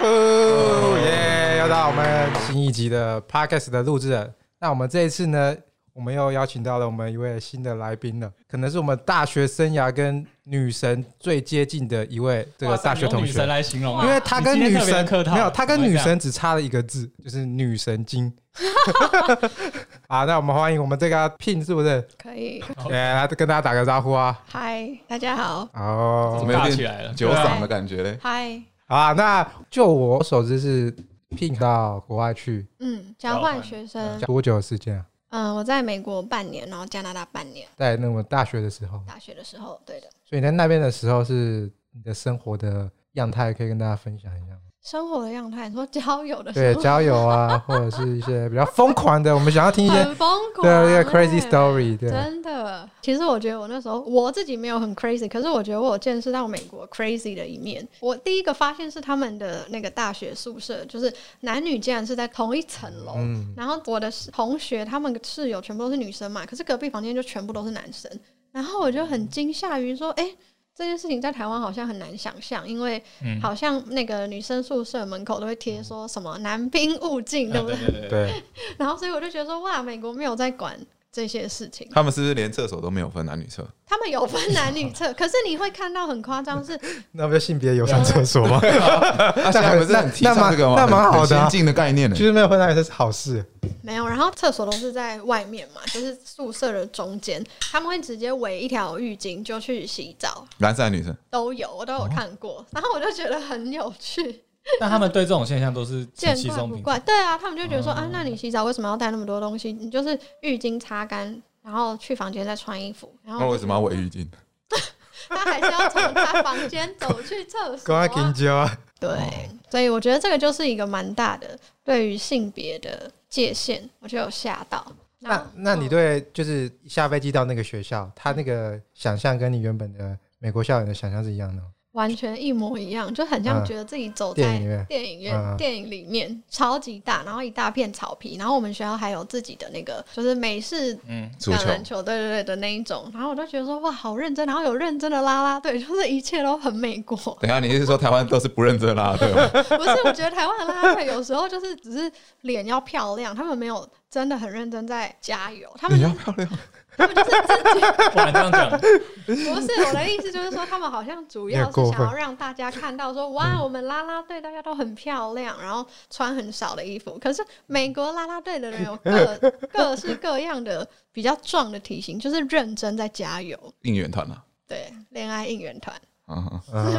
哦耶！又到我们新一集的 podcast 的录制了。那我们这一次呢，我们又邀请到了我们一位新的来宾了，可能是我们大学生涯跟女神最接近的一位这个哇塞大学你用同女神学，来形容啊，因哦为他跟你女今天特别神客套，没有，他跟女怎么会神只差了一个字，就是女神经。好，那我们欢迎我们这个聘是不是？可以，好哎，来跟大家打个招呼啊！嗨，大家好，哦这，怎么尬有起来了啊点 酒嗓的感觉嘞？嗨，好啊，那就我所知是聘到国外去嗯，交换学生，多久的时间啊？嗯，我在美国半年，然后加拿大半年，在那么大学的时候，大学的时候，对的，所以你在那边的时候是你的生活的样态，可以跟大家分享一下吗。生活的样态，你说交友的对时，候，交友啊，或者是一些比较疯狂的，我们想要听一些 很疯狂，对啊一个欸 crazy story，对啊，真的，其实我觉得我那时候我自己没有很 crazy，可是我觉得我有见识到美国 crazy 的一面。我第一个发现是他们的那个大学宿舍，就是男女竟然是在同一层楼。嗯，然后我的室同学他们室友全部都是女生嘛，可是隔壁房间就全部都是男生。然后我就很惊吓于说，哎、这件事情在台湾好像很难想象，因为嗯好像那个女生宿舍门口都会贴说什么“男兵 勿近”，对啊对不对？对对对，对，然后所以我就觉得说，哇，美国没有在管这些事情。他们是不是连厕所都没有分男女厕？他们有分男女厕，可是你会看到很夸张，是那不就性别友善厕所 吗？那啊现在不是很提倡这个吗？那那蛮很好的啊很先进的概念呢其。实没有混到也是好事，没有，然后厕所都是在外面嘛，就是宿舍的中间，他们会直接围一条浴巾就去洗澡，男生还是女生？都有，我都哦有看过，然后我就觉得很有 趣，但他们对这种现象都是见很稀怪松不平常。怪。对啊，他们就哦觉得说、啊，那你洗澡为什么要带那么多东西？你就是浴巾擦干，然后去房间再穿衣服，然那后为什么要围浴巾？他还是要从他房间走去厕所、公安啊金。交啊，对，所以我觉得这个就是一个蛮大的对于性别的界限，我就有吓到。然后那那你嗯对就是下飞机到那个学校，他那个想象跟你原本的美国校园的想象是一样的吗，完全一模一样，就嗯很像觉得自己走电在影里面电影嗯院、电影里面，超级大，然后一大片草皮，然后我们学校还有自己的那个就是美式嗯，足橄球榄球，对对对的那一种，然后我就觉得说哇，好认真，然后有认真的啦啦队，就是一切都很美国。 等一下，你是说台湾都是不认真啦？对吧？不是，我觉得台湾的啦啦队有时候就是只是脸要漂亮，他们没有真的很认真在加油，他哎们你就要是漂亮，他们就是自己。不然这 样讲，不是我的意思，就是说他们好像主有要点是过想要分嗯让大家看 到说，哇，我们啦啦队大家都很漂亮，然后穿很少的衣服。可是美国啦啦队的人有 各各式各样的比较壮的体型，就是认真在加油。应援团啊。对，恋爱应援团嗯哼，嗯，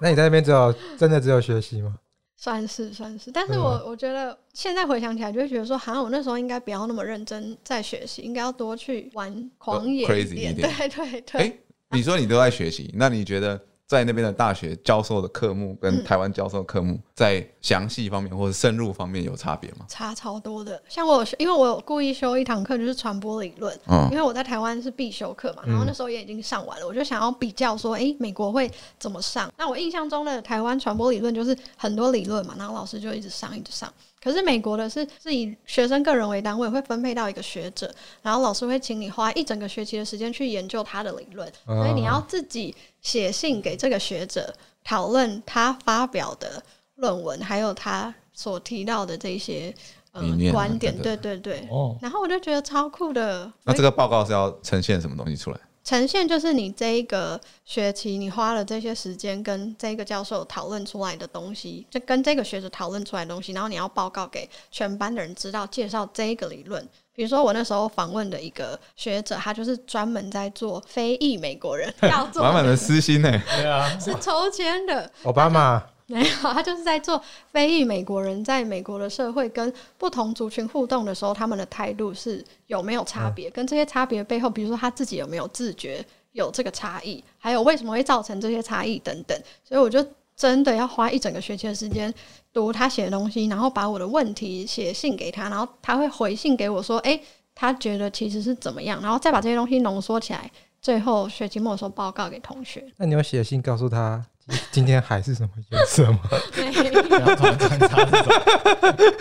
那你在那边只有真的只有学习吗？算是算是，但是我、嗯我觉得现在回想起来，就会觉得说，好像我那时候应该不要那么认真在学习，应该要多去玩狂野呃 crazy 一点对对对。哎，你说你都在学习，那你觉得在那边的大学教授的科目跟嗯台湾教授的科目在详细方面或者深入方面有差别吗？差超多的。像我有学，因为我有故意修一堂课，就是传播理论，嗯因为我在台湾是必修课嘛，嗯然后那时候也已经上完了，我就想要比较说，诶，美国会怎么上？那我印象中的台湾传播理论就是很多理论嘛，然后老师就一直上一直上。可是美国的是是以学生个人为单位，会分配到一个学者，然后老师会请你花一整个学期的时间去研究他的理论，啊所以你要自己写信给这个学者，讨论他发表的论文，还有他所提到的这些呃理念啊观点，等对等啊对对。哦，然后我就觉得超酷的，那这个报告是要呈现什么东西出来？呈现就是你这一个学期你花了这些时间跟这个教授讨论出来的东西，就跟这个学者讨论出来的东西，然后你要报告给全班的人知道，介绍这一个理论。比如说我那时候访问的一个学者，他就是专门在做非裔美国人要做满满的私心呢？对啊，是抽签的，奥巴马没有，他就是在做非裔美国人在美国的社会跟不同族群互动的时候，他们的态度是有没有差别，跟这些差别背后，比如说他自己有没有自觉有这个差异，还有为什么会造成这些差异等等。所以我就真的要花一整个学期的时间读他写的东西，然后把我的问题写信给他，然后他会回信给我说，诶，他觉得其实是怎么样，然后再把这些东西浓缩起来，最后学期末的时候报告给同学。那你有写信告诉他今今天海是什么颜色吗？ 对然后突然穿插这种，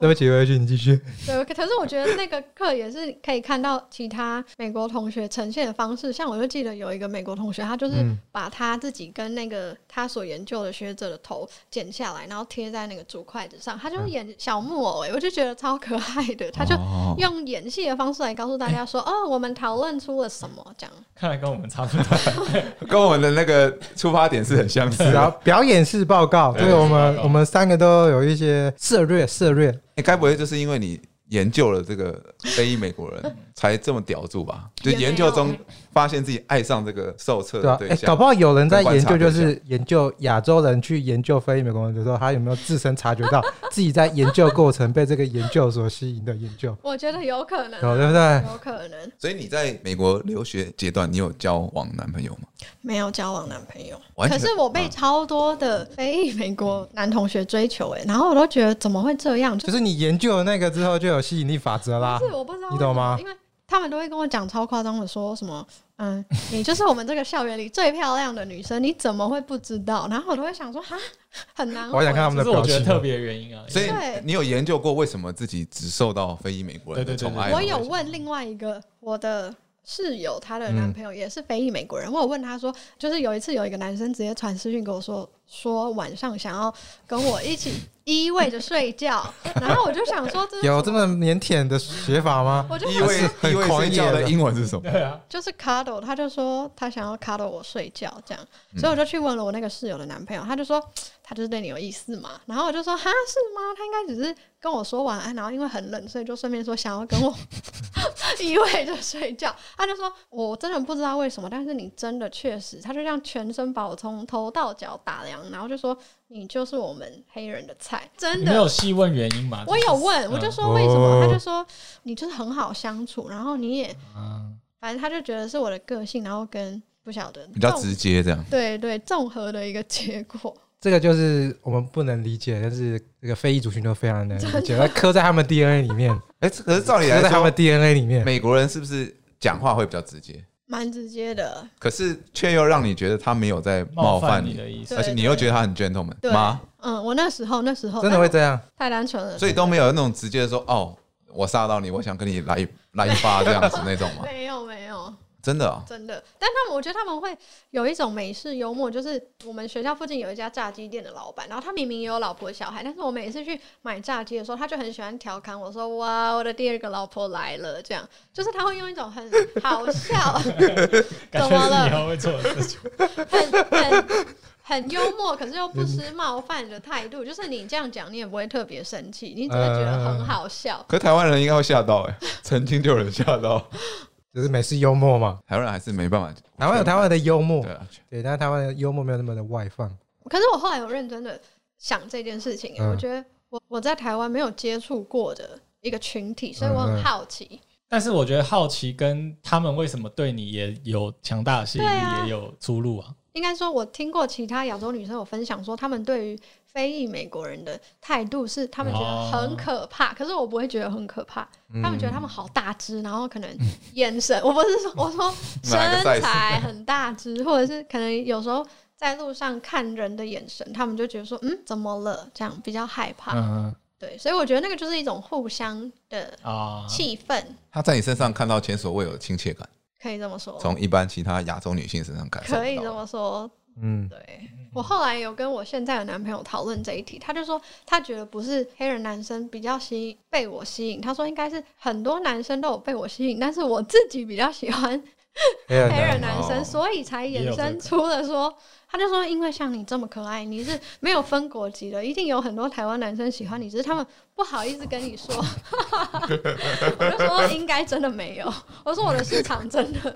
对不起，对不起，你继续。对，可可是我觉得那个课也是可以看到其他美国同学呈现的方式，像我就记得有一个美国同学，他就是嗯把他自己跟那个他所研究的学者的头剪下来，然后贴在那个竹筷子上，他就演小木偶、欸，我就觉得超可爱的，他就哦用演戏的方式来告诉大家说，哦，我们讨论出了什么这样。看来跟我们差不多。跟我们的那个出发点是很相似然的。后表演式报告，对对我表演式报们告我们三个都有一些涉略涉略。你哎该不会就是因为你研究了这个非裔美国人才这么屌 住吧？就也没有研究中发现自己爱上这个受测对的啊，对哎，搞象，不好有人在跟观研察究，就对是研究亚洲人去研究非裔美国人的时候，他有没有自身察觉到 自己在研究过程被这个研究所吸引的研究，我觉得有可能有啊，对不对？有可能所以你在美国留学阶段，你有交往男朋友吗？没有交往男朋友。完可全是我被啊超多的非裔美国男同学追求哎、欸然后我都觉得怎么会这样？就就是你研究了那个之后，就有吸引力法则啦不。是，我不知道你为什懂么吗因为他们都会跟我讲超夸张的，说什么 嗯，你就是我们这个校园里最漂亮的女生，你怎么会不知道？然后我都会想说哈，很难我回。想看他们这的是表我觉情得。特别的原因啊。所以对你有研究过为什么自己只受到非裔美国人的对对对宠爱对吗？我有问另外一个我的。室友她的男朋友也是非裔美国人，我有问他说，就是有一次有一个男生直接传私讯给我说，说晚上想要跟我一起依偎着睡觉，然后我就想说这是有什这么，么腼腆的写法吗？我就意想 味是很意味狂睡觉野的的英文是什么？对啊，就是 cuddle，他就说他想要 cuddle 我睡觉这样，嗯所以我就去问了我那个室友的男朋友，他就说他就是对你有意思嘛，然后我就说哈是吗？他应该只是跟我说晚安，然后因为很冷，所以就顺便说想要跟我 依偎着睡觉。他就说我真的不知道为什么，但是你真的确实，他就这样全身把我从头到脚打量，然后就说你就是我们黑人的菜，真你的没有啊哦细问原因吗？我有问，我就说为什么？他就说你就是很好相处，然后你也，啊反正他就觉得是我的个性，然后跟不晓得比较综直接这样。对对综合的一个结果。 这个就是我们不能理解，但是这个非裔族群都非常能理解，它刻在他们 DNA 里 面，哎，这可是照理刻来在他说们，DNA 里面。美国人是不是讲话会比较直接？蛮蛮直接的，可是却又让你觉得他没有在冒冒犯犯你你，的意思对，而且你又觉得他很 gentleman 对吗？嗯，我那时候那时候真的会这样，但太单纯了，所以都没有那种直接的说哦，我杀到你，我想跟你来一来一发这样子那种 吗？没有没有真的哦，真的，但他们我觉得他们会有一种美式幽默，就是我们学校附近有一家炸鸡店的老板，然后他明明也有老婆小孩，但是我每次去买炸鸡的时候，他就很喜欢调侃我说哇我的第二个老婆来了，这样就是他会用一种很好笑。 感觉是以后会做的事情。很很很幽默，可是又不失冒犯的态度。就是你这样讲，你也不会特别生气，你只会觉得很好笑。可是台湾人应该会吓到哎、曾经就有人吓 到，就是美式幽默嘛。台湾人还是没办法。台湾有台湾的幽默对，啊，对，但是台湾的幽默没有那么的外放。可是我后来有认真的想这件事情、嗯我觉得我我在台湾没有接触过的一个群体，所以我嗯很嗯好奇。但是我觉得好奇跟他们为什么对你也有强大的吸引对啊力，也有出路啊。应该说，我听过其他亚洲女生有分享说，她们对于非裔美国人的态度是，她们觉得很可怕。可是我不会觉得很可怕，嗯嗯她们觉得她们好大只，然后可能眼神， 我不是说我 说哪个身 size？材很大只，或者是可能有时候在路上看人的眼神，她们就觉得说，嗯，怎么了？这样比较害怕。嗯对，所以我觉得那个就是一种互相的啊，气氛，他在你身上看到前所未有的亲切感，可以这么说，从一般其他亚洲女性身上感受不到可以这么说，嗯，对我后来有跟我现在的男朋友讨论这一题，他就说他觉得不是黑人男生比较吸被我吸引，他说应该是很多男生都有被我吸引，但是我自己比较喜欢黑人黑男人男生，哦所以才也有衍这生个出了说，他就说因为像你这么可爱，你是没有分国籍的，一定有很多台湾男生喜欢你，只是他们不好意思跟你说。我就说应该真的没有， 我说我的市场真的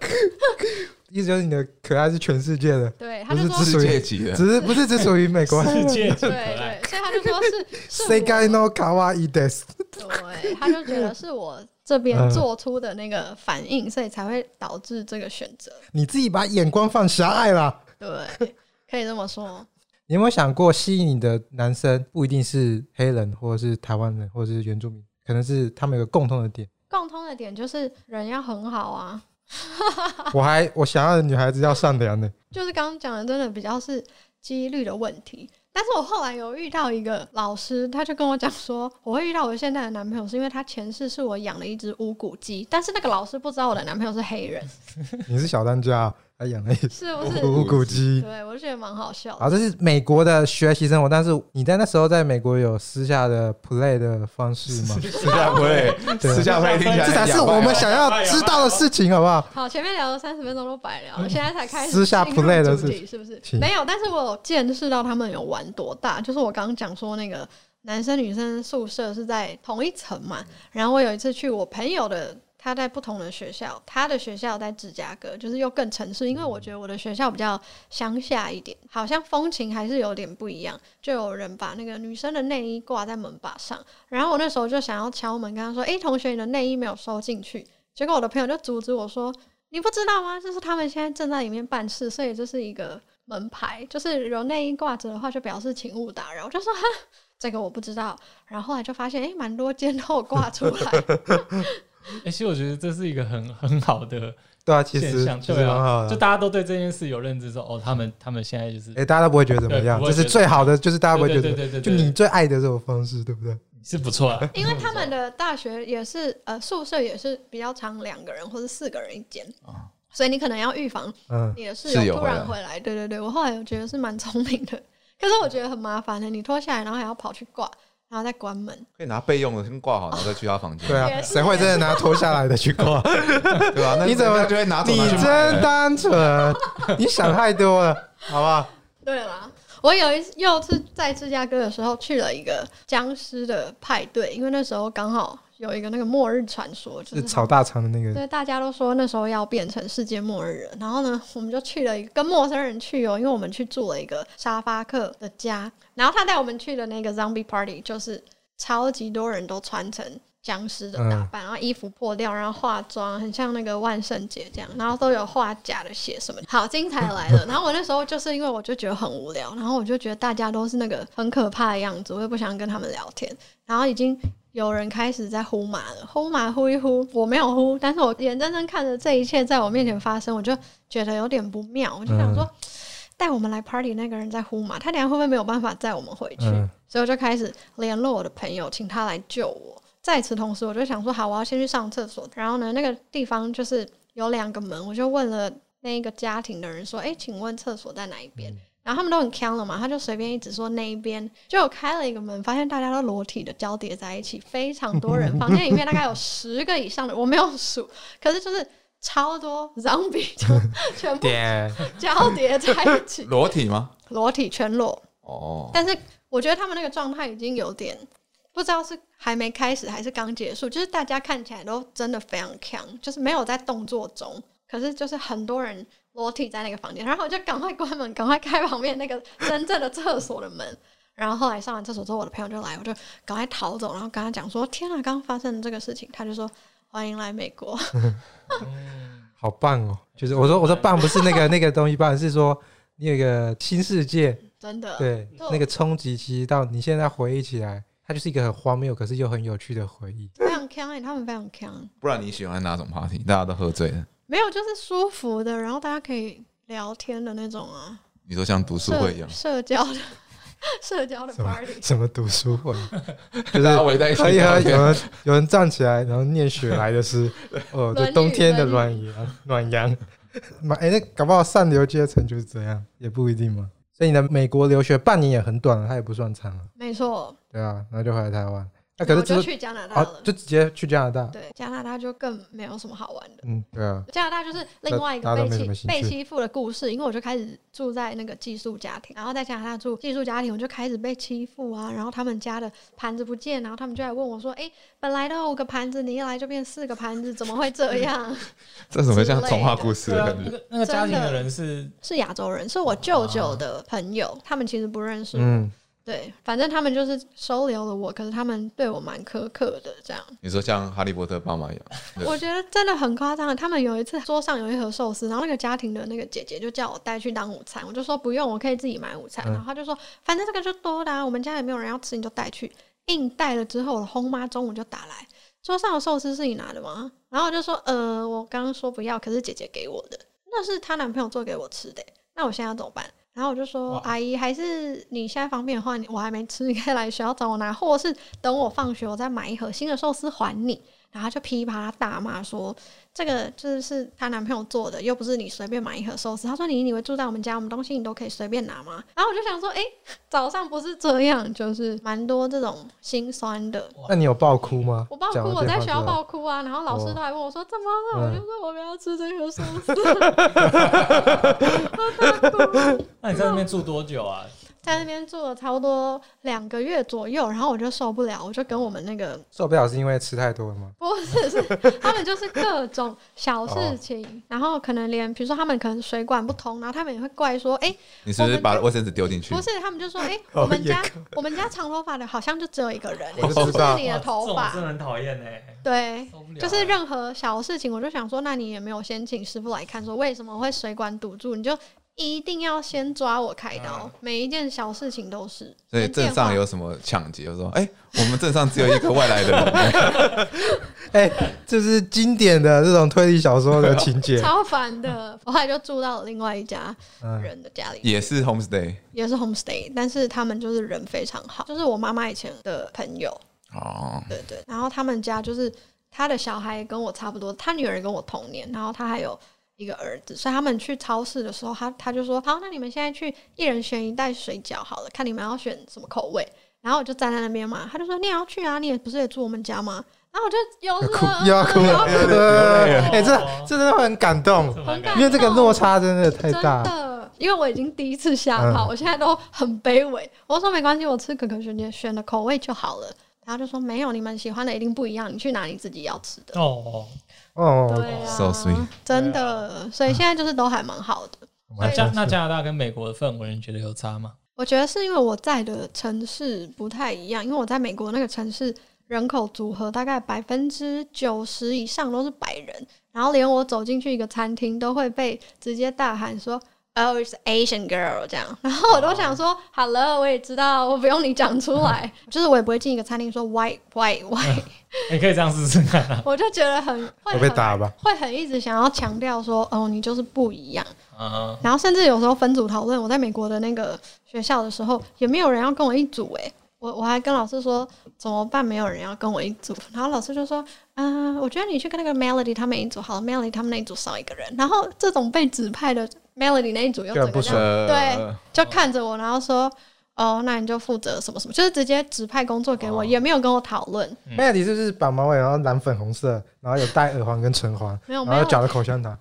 意思就是你的可爱是全世界的，对，他不就是说只属世界于，级的，哦 只是不是只属于美国。世 界最对可爱对，所以他就说是是 Say 我 guy no kawaii des，对，他就觉得是我这边做出的那个反应，所以才会导致这个选择。你自己把眼光放狭隘啦。对，可以这么说。你有没有想过，吸引你的男生不一定是黑人，或者是台湾人，或者是原住民，可能是他们有个共通的 点。共通的点就是人要很好啊，我还我想要的女孩子要善良的，就是刚刚讲的，真的比较是几率的问题。但是我后来有遇到一个老师，他就跟我讲说，我会遇到我现在的男朋友，是因为他前世是我养了一只乌骨鸡，但是那个老师不知道我的男朋友是黑人， 你是小当家，还养了一只是不是？无骨鸡。啊对，我就觉得蛮好笑的。好，这是美国的学习生活，但是你在那时候在美国有私下的 play 的方式吗？私下会，对啊 私下会听起来这才是我们想要知道的事情，好不好？好，前面聊了三十分钟都白聊，现在才开嗯始私下进入 play 的主事题是不是？情没有，但是我有见识到他们有玩多大，就是我刚刚讲说那个男生女生宿舍是在同一层嘛，嗯然后我有一次去我朋友的。他在不同的学校，他的学校在芝加哥，就是又更城市。因为我觉得我的学校比较乡下一点，好像风情还是有点不一样。就有人把那个女生的内衣挂在门把上，然后我那时候就想要敲门，跟他说：“诶，同学，你的内衣没有收进去。”结果我的朋友就阻止我说：“你不知道吗？就是他们现在正在里面办事，所以这是一个门牌，就是有内衣挂着的话，就表示请勿打扰。”我就说哈，这个我不知道。然后后来就发现，诶，蛮多间都有挂出来。欸其实我觉得这是一个很很好的对啊，其现实象，其对实很好啊，就的。大家都对这件事有认知说哦，他们他们现在就是哎，大家都不会觉得怎么对样，不这会是觉得最好的，就是大家不会觉对得对，对对就对，你最爱的这种方式，对不对？是不 错啊，因为他们的大学也是呃宿舍也是比较常两个人或是四个人一间，啊所以你可能要预防嗯，你的室室友友突然回回来。对对对，我后来有觉得是蛮聪明的，可是我觉得很麻烦的，你脱下来然后还要跑去挂，然后再关门。可以拿备用的先挂好，然后再去他房间。对啊，也是谁会真的拿脱下来的去 挂？对啊吧？那你怎么人家就会拿走你拿去买真单纯， 你想太多了，好不好？对啦，我有一次又是在芝加哥的时候去了一个僵尸的派对，因为那时候刚好有一个那个末日传说，就是是炒大肠的那个，对，大家都说那时候要变成世界末日了，然后呢，我们就去了一个跟陌生人去哦，因为我们去住了一个沙发客的家，然后他带我们去的那个 zombie party 就是超级多人都穿成僵尸的打扮，然后衣服破掉，然后化妆，很像那个万圣节这样，然后都有画假的血什么的。好，精彩来了！然后我那时候就是因为我就觉得很无聊，然后我就觉得大家都是那个很可怕的样子，我也不想跟他们聊天，然后已经有人开始在呼麻了，呼麻呼一呼，我没有呼，但是我眼睁睁看着这一切在我面前发生，我就觉得有点不妙，我就想说，带我们来 party 那个人在呼麻，他等一下会不会没有办法载我们回去？嗯所以我就开始联络我的朋友，请他来救我。在此同时，我就想说，好，我要先去上厕所。然后呢，那个地方就是有两个门，我就问了那一个家庭的人说：“哎、请问厕所在哪一边？”然后他们都很坑了嘛，他就随便一直说那一边，就我开了一个门，发现大家都裸体的交叠在一起，非常多人，房间里面大概有十个以上的，我没有数，可是就是超多 zombie 就全部点交叠在一起，裸体吗？裸体全裸，哦，但是我觉得他们那个状态已经有点不知道是还没开始还是刚结束，就是大家看起来都真的非常强，就是没有在动作中，可是就是很多人裸体在那个房间，然后我就赶快关门，赶快开旁边那个真正的厕所的门。然后后来上完厕所之后，我的朋友就来，我就赶快逃走，然后跟他讲说：“天啊，刚刚发生了这个事情。”他就说：“欢迎来美国。 好棒哦！就是我说我说棒不是那个 那个东西棒，是说你有一个新世界，”真的，对就那个冲击，其实到你现在回忆起来，它就是一个很荒谬，可是又很有趣的回忆。非常强哎、他们非常强，不然你喜欢哪种 party？大家都喝醉了，没有就是舒服的，然后大家可以聊天的那种啊。你说像读书会一样，社交的 社交的什么 party。什么读书会，就大家是围在一起喝一聊 喝，天啊有人有人站起来，然后念雪莱的诗，哦，就暖意冬天的暖暖阳， 暖阳。妈，哎，那搞不好上流阶层就是这样，也不一定嘛。所以你的美国留学半年也很短了，它也不算长了，没错，对啊，然后就回来台湾。那、可我是就就是去加拿大啊了，。就直接去加拿大。对，加拿大就更没有什么好玩的。嗯，对啊，加拿大就是另外一大家个都被没什么欺兴趣被欺负的故事，因为我就开始住在那个寄宿家庭，然后在加拿大住寄宿家庭，我就开始被欺负啊。然后他们家的盘子不见，然后他们就来问我说：“哎、本来都有五个盘子，你一来就变四个盘子，怎么会这样这怎么像童话故事对的啊感，那觉？个那个家庭的人是？” 是亚洲人，是我舅舅的朋友，他们其实不认识我。嗯，对，反正他们就是收留了我，可是他们对我蛮苛刻的这样。你说像哈利波特爸妈一样，对我觉得真的很夸张。啊他们有一次桌上有一盒寿司，然后那个家庭的那个姐姐就叫我带去当午餐，我就说不用，我可以自己买午餐。嗯然后她就说反正这个就多的、啊，我们家也没有人要吃，你就带去。硬带了之后，我的轰妈中午就打来，桌上的寿司是你拿的吗？然后我就说呃，欸我刚刚说不要，可是姐姐给我的，那是她男朋友做给我吃的、那我现在要怎么办？然后我就说哇：“阿姨，还是你现在方便的话，你我还没吃，你可以来学校找我拿，或者是等我放学我再买一盒新的寿司还你。”然后她就噼里啪啦大骂说：“这个就是她男朋友做的，又不是你随便买一盒寿司。”她说：“你以为住在我们家，我们东西你都可以随便拿吗？”然后我就想说：“诶，早上不是这样，就是蛮多这种心酸的。”那你有爆哭吗？我爆讲哭，完我这在话哦学之校后爆哭啊！然后老师都还问我说：“怎么嗯了？”我就说：“我们要吃这个寿司。 那你在那边住多久啊？”在那边住了差不多两个月左右，然后我就受不了，我就跟我们那个受不了是因为吃太多了吗？不是是他们就是各种小哦事情，然后可能连比如说他们可能水管不通，然后他们也会怪说：“哎、你是不我是们把就卫生纸丢进去不？是，他们 就说：哎、哦我们也家可我们家长头发的好像就只有一个人、我哎就是不知道是你的头哇这种真？”发的很讨厌哎，对，受不了就是任何小事情，我就想说，那你也没有先请师傅来看，说为什么会水管堵住，你就一定要先抓我开刀。嗯每一件小事情都是。所以连电镇上话有什么抢劫？我说，哎、我们镇上只有一个外来的 人，哎、这是经典的这种推理小说的情节。 超烦的，我后来就住到了另外一家嗯，人的家里，也是 homestay 也是 homestay，但是他们就是人非常好，就是我妈妈以前的朋友，嗯哦，对对，然后他们家就是他的小孩跟我差不多，他女儿跟我同年，然后他还有一个儿子，所以他们去超市的时候，他他就说：“好，那你们现在去一人选一袋水饺好了，看你们要选什么口味。”然后我就站在那边嘛，他就说：“你也要去啊，你也不是也住我们家吗？”然后我就又哭是又要 哭了， 了哎、这这真的会很感动，这蛮很感感因为这个动落差真的太真大。的，因为我已经第一次吓跑，嗯我现在都很卑微。我说没关系，我吃可可选姐选的口味就好了。然后就说没有，你们喜欢的一定不一样，你去拿你自己要吃的。哦，哦，对啊 So sweet 真的，所以现在就是都还蛮好的。我那还加真是那加拿大跟美国的氛围，你觉得有差吗？ 我觉得是因为我在的城市不太一样，因为我在美国那个城市人口组合大概百分之九十以上都是白人，然后连我走进去一个餐厅都会被直接大喊说。Oh, it's Asian girl 这样， 然后我都想说，Hello，我也知道，我不用你讲出来， 就是我也不会进一个餐厅说 White White White， 你哎可以这样试试看啊我就觉得很会我被很打吧。会很一直想要强调说，哦，你就是不一样。啊，然后甚至有时候分组讨论，我在美国的那个学校的时候，也没有人要跟我一组诶、我我还跟老师说怎么办，没有人要跟我一组，然后老师就说，嗯、我觉得你去跟那个 Melody 他们一组好了，Melody 他们那一组少一个人，然后这种被指派的 Melody 那一组又更整不个是这样呃对就看着我，然后说，哦，那你就负责什么什么，就是直接指派工作给我，也没有跟我讨论， Melody 是不是绑马尾，然后染粉红色，然后有戴耳环跟唇环，没有没然后有嚼着口香 糖，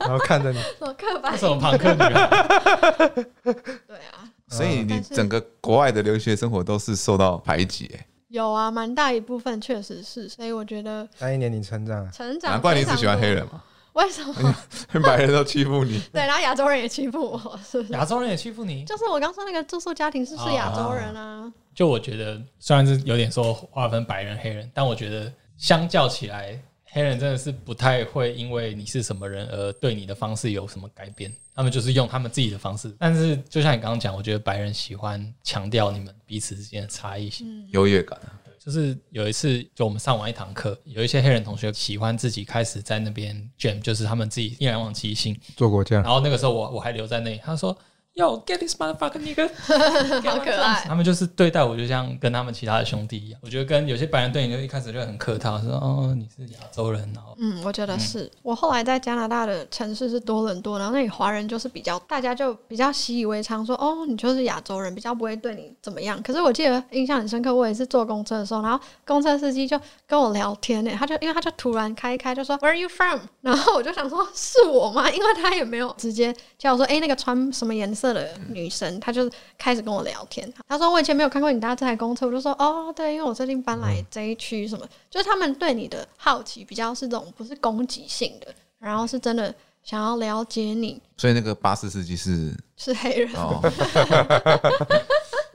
然后看着你，什么刻板 为，什么朋克女 孩？对啊，所以你但是整个国外的留学生活都是受到排挤、欸，有啊，蛮大一部分确实是，所以我觉得那一年你成长了，成长，难怪你只喜欢黑人，嘛，为什么？白人都欺 负你。对，然后亚洲人也欺负我，是 不是？亚洲人也欺负你？就是我刚说那个住宿家庭是是亚洲人啊，就我觉得，虽然是有点说划分白人黑人，但我觉得相较起来，黑人真的是不太会因为你是什么人而对你的方式有什么改变。他们就是用他们自己的方式，但是就像你刚刚讲，我觉得白人喜欢强调你们彼此之间的差异性。优越感，啊就是有一次，就我们上完一堂课，有一些黑人同学喜欢自己开始在那边 jam，就是他们自己一来往即兴。做果酱然，后那个时候我我还留在那里，他说：“Yo get this motherfucker nigga。”啊 好可爱。他们就是对待我就像跟他们其他的兄弟一样。我觉得跟有些白人对你就一开始就很客套，说哦你是亚洲人，然后嗯，我觉得是、我后来在加拿大的城市是多伦多，然后那里华人就是比较，大家就比较习以为常说，哦，你就是亚洲人，比较不会对你怎么样。可是我记得印象很深刻，我也是坐公车的时候，然后公车司机就跟我聊天欸呢、他就因为他就突然开一开就说 Where are you from？然 后我就想说哦是我吗？因为他也没有直接叫我说，哎、那个穿什么颜色的女生，他就开始跟我聊天。他说我以前没有看过你搭这台公车，我就说哦，对，因为我最近搬来这一区什么，就是他们对你的好奇比较是这种不是攻击性的，然后是真的想要了解你所以那个巴士司机是是黑人， 哦，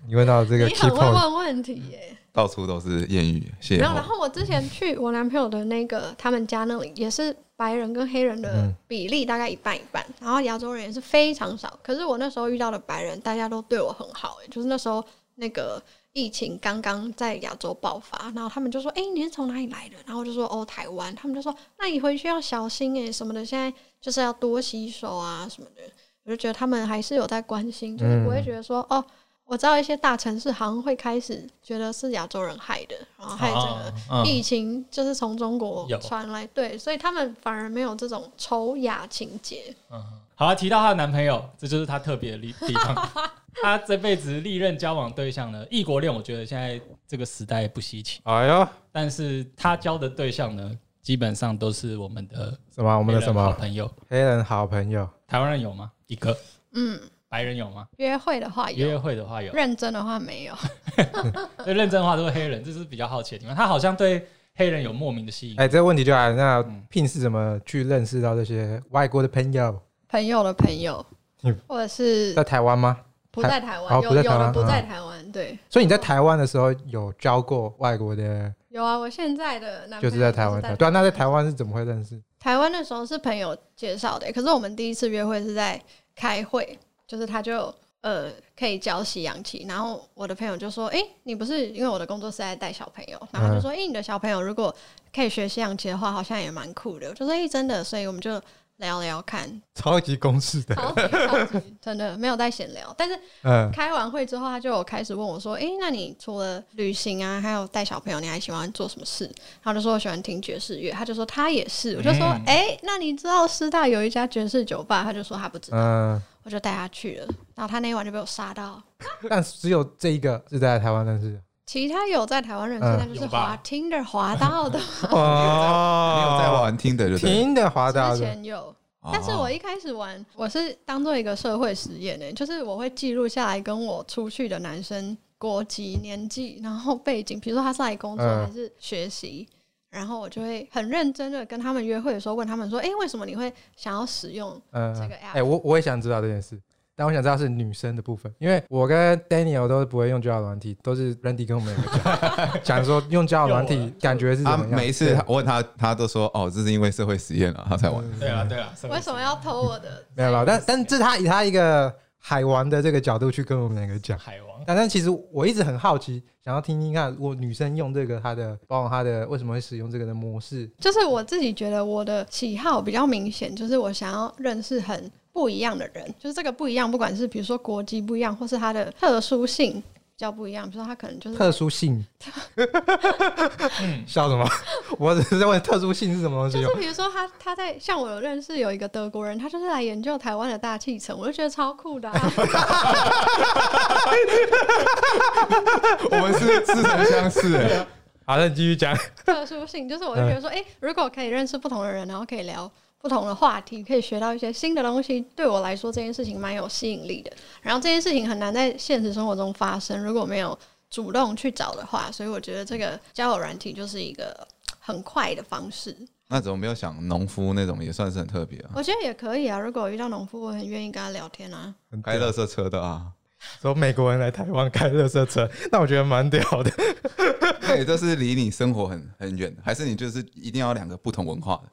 你问到这个你 key 很会 point，问问题耶、到处都是艳遇，没邂有，然逅。后我之前去我男朋友的那个他们家那里，也是白人跟黑人的嗯比例大概一半一半，然后亚洲人也是非常少。可是我那时候遇到的白人，大家都对我很好、欸，就是那时候那个疫情刚刚在亚洲爆发，然后他们就说：“哎、你是从哪里来的？”然后我就说：“哦，台湾。”他们就说：“那你回去要小心哎、欸、什么的，现在就是要多洗手啊什么的。”我就觉得他们还是有在关心，就是不会觉得说、哦，我知道一些大城市好像会开始觉得是亚洲人害的，然后害这个啊嗯疫情就是从中国有传来，对，所以他们反而没有这种仇亚情节。嗯，好啊，提到她的男朋友，这就是她特别的地地方。她这辈子历任交往对象呢，异国恋我觉得现在这个时代不稀奇，哎呦，但是她交的对象呢，基本上都是我们的什么？我我们的什好么朋友，黑人好朋友？台湾人有吗？一个嗯，白人有吗？约会的话约有，会的话有，认真的话没有。对，认真的话都是黑人，这是比较好奇的地方。她好像对黑人有莫名的吸引。哎，这个问题就来了，那聘是怎么去认识到这些外国的朋友？朋友的朋友嗯，或者是在台湾吗？不在台哦湾，有不在有台湾的不嗯在台湾，对，所以你在台湾的时候有交过外国的，有啊。我现在的男朋友就是在台湾的。对啊，那在台湾是怎么会认识？台湾的时候是朋友介绍的，可是我们第一次约会是在开会，就是他就呃可以教西洋棋，然后我的朋友就说：“诶，你不是因为我的工作是在带小朋友，然后他就说：‘诶，你的小朋友如果可以学西洋棋的话，好像也蛮酷的。’我就说：‘诶，真的。’所以我们就聊聊看，超级公式的，超级超级真的没有在闲聊，但是嗯， 开完会之后，他就有开始问我说：“诶，那你除了旅行啊，还有带小朋友，你还喜欢做什么事？”然后我就说我喜欢听爵士乐，他就说他也是。我就说：“嗯诶，那你知道师大有一家爵士酒吧？”他就说他不知道，嗯，我就带他去了。然后他那一晚就被我杀到。 但只有这一个是在台湾认识的。其他有在台湾认识，嗯但就是有吧滑 Tinder 滑 到的，哦没有在玩听的，就对了。停的滑道之的，前有。哦但是我一开始玩，我是当做一个社会实验呢、欸就是我会记录下来跟我出去的男生国籍、年纪，然后背景，比如说他是来工作嗯还是学习，然后我就会很认真的跟他们约会的时候问他们说：“诶，为什么你会想要使用嗯，这个哎、 app？” 我我也想知道这件事，但我想知道是女生的部分，因为我跟 Daniel 都不会用交友软体，都是 Randy 跟我们两个讲，讲说用交友软用体 了感觉是怎他么样。啊每一次我问他，他都说哦，这是因为社会实验了，他才嗯玩。对啊，对啊，为什么要偷我的？ 没有啦，但但这是他以他一个海王的这个角度去跟我们两个讲。海王？但但其实我一直很好奇，想要听听看，如果女生用这个，她的包括她的为什么会使用这个的模式，就是我自己觉得我的喜好比较明显，就是我想要认识很不一样的人，就是这个不一样，不管是比如说国籍不一样，或是他的特殊性比较不一样，比如说他可能就是特殊性。笑什么？ 我只是在问特殊性是什么东西就哦。是比如说他他在像我有认识有一个德国人，他就是来研究台湾的大气层，我就觉得超酷的、啊。 我们是似曾相识，啊哎好，那你继续讲。特殊性就是我就觉得说，诶，如果可以认识不同的人，然后可以聊不同的话题，可以学到一些新的东西，对我来说这件事情蛮有吸引力的。然后这件事情很难在现实生活中发生，如果没有主动去找的话，所以我觉得这个交友软体就是一个很快的方式。那怎么没有想农夫那种也算是很特别啊？我觉得也可以啊，如果我遇到农夫，我很愿意跟他聊天啊。开乐色车的啊， 说美国人来台湾开垃圾车，那我觉得蛮屌的。对，这是离你生活很很远，还是你就是一定要两个不同文啊化的？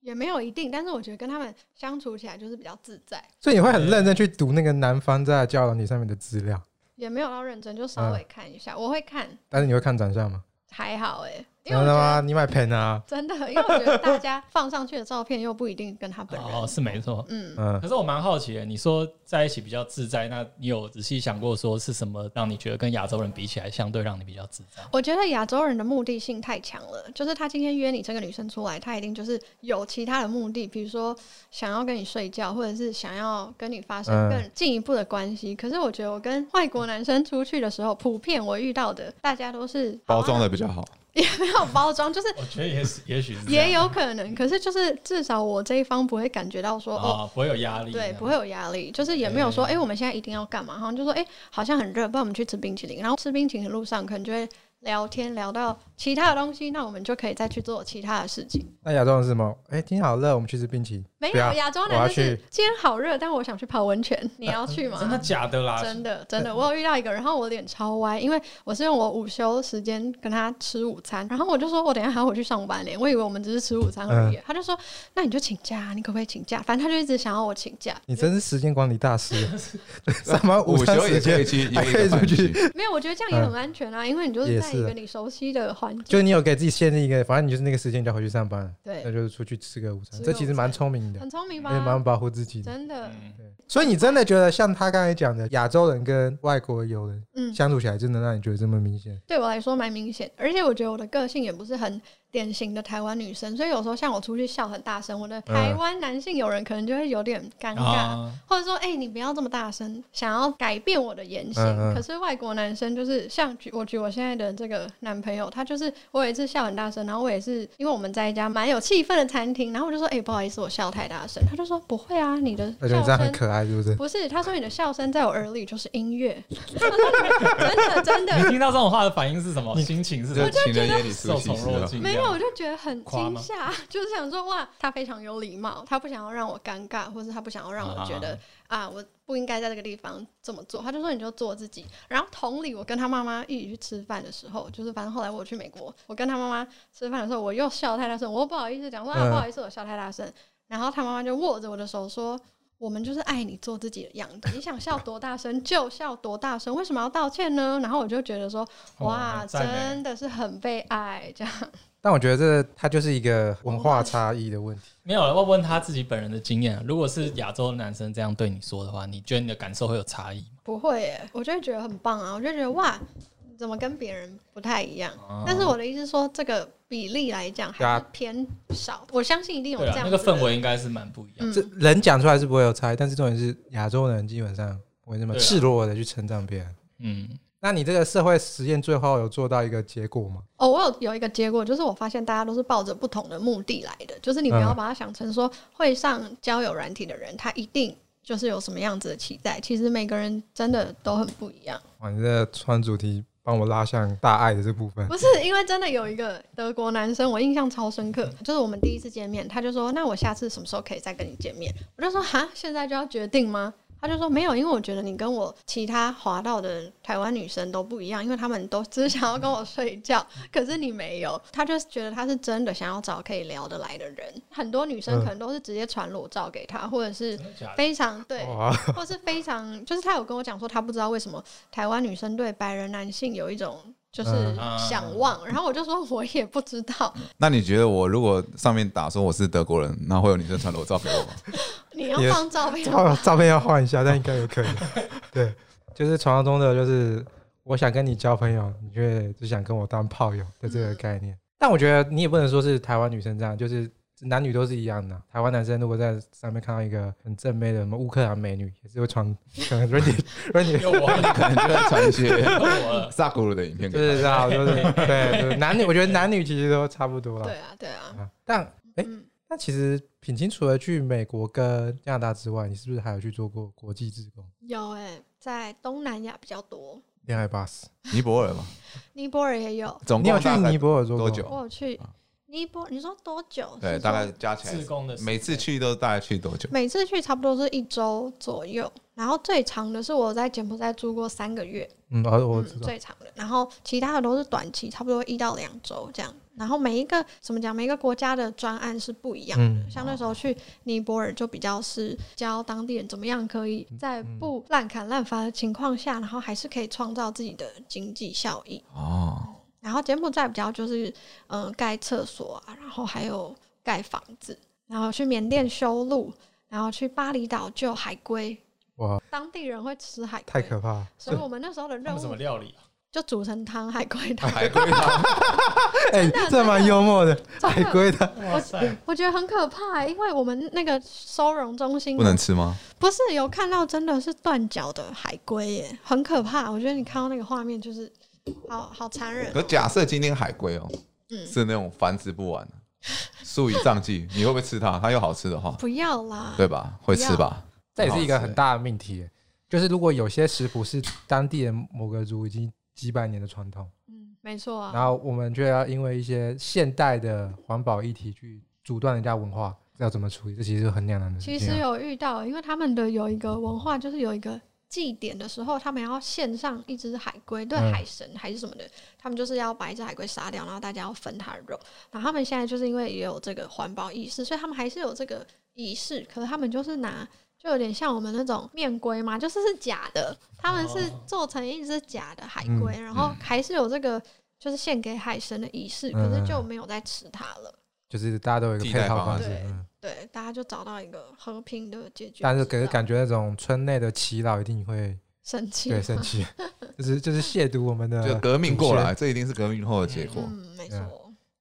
也没有一定，但是我觉得跟他们相处起来就是比较自在，所以你会很认真去读那个男方在交友软体上面的资料，也没有要认真，就稍微看一下。我会看，但是你会看长相吗？还好哎、因为真我觉的得吗？你买 pen 啊？真的，因为我觉得大家放上去的照片又不一定跟他本 人。哦，是没错。嗯，嗯，可是我蛮好奇的，你说在一起比较自在，那你有仔细想过说是什么让你觉得跟亚洲人比起来，相对让你比较自在？我觉得亚洲人的目的性太强了，就是他今天约你这个女生出来，他一定就是有其他的目的，比如说想要跟你睡觉，或者是想要跟你发嗯生更进一步的关系。可是我觉得我跟外国男生出去的时候，普遍我遇到的大家都是包装的比较 好。也没有包装，就是我觉得也是，也许是这样也有可能，可是就是至少我这一方不会感觉到说哦啊、不会有压力，对，不会。有压力，就是也没有说，哎、我们现在一定要干嘛？好像就说，哎、好像很热，不然我们去吃冰淇淋。然后吃冰淇淋的路上，可能就会聊天聊到其他的东西，那我们就可以再去做其他的事情。那亚洲人是什么？哎、今天好热，我们去吃冰淇淋。没不要有亚洲我要男就是去今天好热，但我想去泡温泉，你要去 吗？真的假的啦？真的真的，我有遇到一个，然后我脸超歪，因为我是用我午休时间跟他吃午餐，然后我就说我等一下还要回去上班嘞，我以为我们只是吃午餐而已，他就说那你就请假啊，你可不可以请假？反正他就一直想要我请假，你真是时间管理大师，上班午三休也时可以间去还约一可以个出饭去局， 没有，我觉得这样也很安全啊，因为你就是在在一个你熟悉的环境，就是你有给自己限定一个，反正你就是那个时间你就要回去上班，那对，就是出去吃个午餐吃。这个其实蛮聪明的，很聪明也蛮吧？保护自己的。真的，嗯，所以你真的觉得像他刚才讲的，亚洲人跟外国友人嗯，相处起来，真的让你觉得这么明显？对我来说蛮明显，而且我觉得我的个性也不是很典型的台湾女生，所以有时候像我出去笑很大声，我的台湾男性友人可能就会有点尴尬，啊，或者说哎、你不要这么大声，想要改变我的言行。嗯嗯可是外国男生就是像举我举我现在的这个男朋友，他就是我有一次笑很大声，然后我也是因为我们在一家蛮有气氛的餐厅，然后我就说哎、不好意思，我笑太大声，他就说不会啊，你的而且笑这样很声。可爱，是不是？不是，他说你的笑声在我耳里就是 音乐， 真的真的你听到这种话的反应是什么？心情是什这么？情人眼里出受西宠施若了。惊，没有，我就觉得很夸惊吗吓， 就是想说哇，他非常有礼貌，他不想要让我尴尬，或是他不想要让我觉得啊我不应该在这个地方这么做。他就说你就做自己。然后同理，我跟他妈妈一起去吃饭的时候，就是反正后来我去美国，我跟他妈妈吃饭的时候，我又笑太大声，我又不好意思讲说、啊、嗯不好意思，我笑太大声。然后他妈妈就握着我的手说。我们就是爱你做自己的样子，你想笑多大声就笑多大声，为什么要道歉呢？然后我就觉得说，哦哇，赞欸真的是很被爱这样。但我觉得这它就是一个文化差异的问题。没有了。要问他自己本人的经验啊，如果是亚洲男生这样对你说的话，你觉得你的感受会有差异吗？不会耶，我就会觉得很棒啊！我就觉得哇，怎么跟别人不太一啊样？但是我的意思是说，这个比例来讲对还啊是偏少。我相信一定有对这啊，样那子个的氛围应该是蛮不一样。这嗯，人讲出来是不会有差异，但是重点是亚洲人基本上不会那么对啊赤裸裸的去称赞别人。嗯，那你这个社会实验最后有做到一个结果吗？哦，我有有一个结果，就是我发现大家都是抱着不同的目的来的，就是你不嗯要把它想成说会上交友软体的人，他一定就是有什么样子的期待。其实每个人真的都很不一样。哇，你这个穿主题帮我拉向大爱的这部分。不是，因为真的有一个德国男生，我印象超深刻，就是我们第一次见面，他就说：“那我下次什么时候可以再跟你见面？”我就说：“哈，现在就要决定吗？”他就说：“没有，因为我觉得你跟我其他滑到的台湾女生都不一样，因为她们都只想要跟我睡觉，可是你没有。”他就觉得他是真的想要找可以聊得来的人。很多女生可能都是直接传裸照给他，或者是真的假的？非常对，哇，或是非常，就是他有跟我讲说，他不知道为什么台湾女生对白人男性有一种就是嗯想望，然后我就说我也不知道，那你觉得我如果上面打说我是德国人，那会有女生传裸照给 我吗？你要也放照片吗，照 照片要换一下，但应该也可以。对，就是传说中的，就是我想跟你交朋友，你却只想跟我当炮友的这个概嗯念。但我觉得你也不能说是台湾女生这样，就是男女都是一样的啊。台湾男生如果在上面看到一个很正妹的什么乌克兰美女，也是会 传可能 Randy Randy 又我了，可能就会传一些 又我了。萨古鲁的影片给就是他。这样， 就是对，就是男女，我觉得男女其实都差不多了对。啊，对啊，啊，但哎、嗯那其实品清除了去美国跟加拿大之外，你是不是还有去做过国际志工？有哎、在东南亚比较多，恋爱巴士，尼泊尔嘛，尼泊尔也有，总你有共去大概尼泊尔做过多久我有去尼泊，你说多久？对，是大概说加起自来，贡的时间每次去都大概去多久？每次去差不多是一周左右，然后最长的是我在柬埔寨住过三个月，嗯，哦，我嗯知，道。最长的，然后其他的都是短期，差不多一到两周这样。然后每一个怎么讲，每一个国家的专案是不一样的。嗯像那时候去尼泊尔就比较是教当地人怎么样可以嗯在不滥砍滥伐的情况下，然后还是可以创造自己的经济效益。哦，然后柬埔寨比较就是嗯、呃盖厕所啊，然后还有盖房子，然后去缅甸修路，然后去巴厘岛救海龟。哇，当地人会吃海太龟，可 怕了！所以我们那时候的他任们什务么料理啊？就煮成汤海龟汤。海龟汤，哎、的这蛮幽默 的，真海的龟的，哇塞！我觉得很可怕、因为我们那个收容中心啊 不能吃吗？不是有看到真的是断脚的海龟耶，很可怕。我觉得你看到那个画面就是好好残忍可哦，假设今天海龟哦，嗯是那种繁殖不完的，数以丈计，你会不会吃它？它又好吃的话，不要啦。对吧？会吃吧？这也是一个好很吃大的命题耶。就是如果有些食谱是当地人某个族已经几百年的传统，嗯，没错啊。然后我们却要因为一些现代的环保议题去阻断人家文化，要怎么处理？这其实是很两难的事情其啊。实有遇到，因为他们的有一个文化，就是有一个祭典的时候，他们要献上一只海龟，对嗯海神还是什么的，他们就是要把一只海龟杀掉，然后大家要分它的肉。然后他们现在就是因为也有这个环保意识，所以他们还是有这个仪式，可是他们就是拿。就有点像我们那种面龟嘛，就是是假的，他们是哦做成一只假的海嗯龟，然后还是有这个就是献给海神的仪式，嗯可是就没有再吃它了。就是大家都有一个替配代套方方案式，对嗯对，大家就找到一个和平的解决之道。但是可是感觉那种村内的祈祷一定 会生气吗，对生气， 就是就是亵渎我们的就革命过祖来，先。这一定是革命后的结果。嗯，啊没错。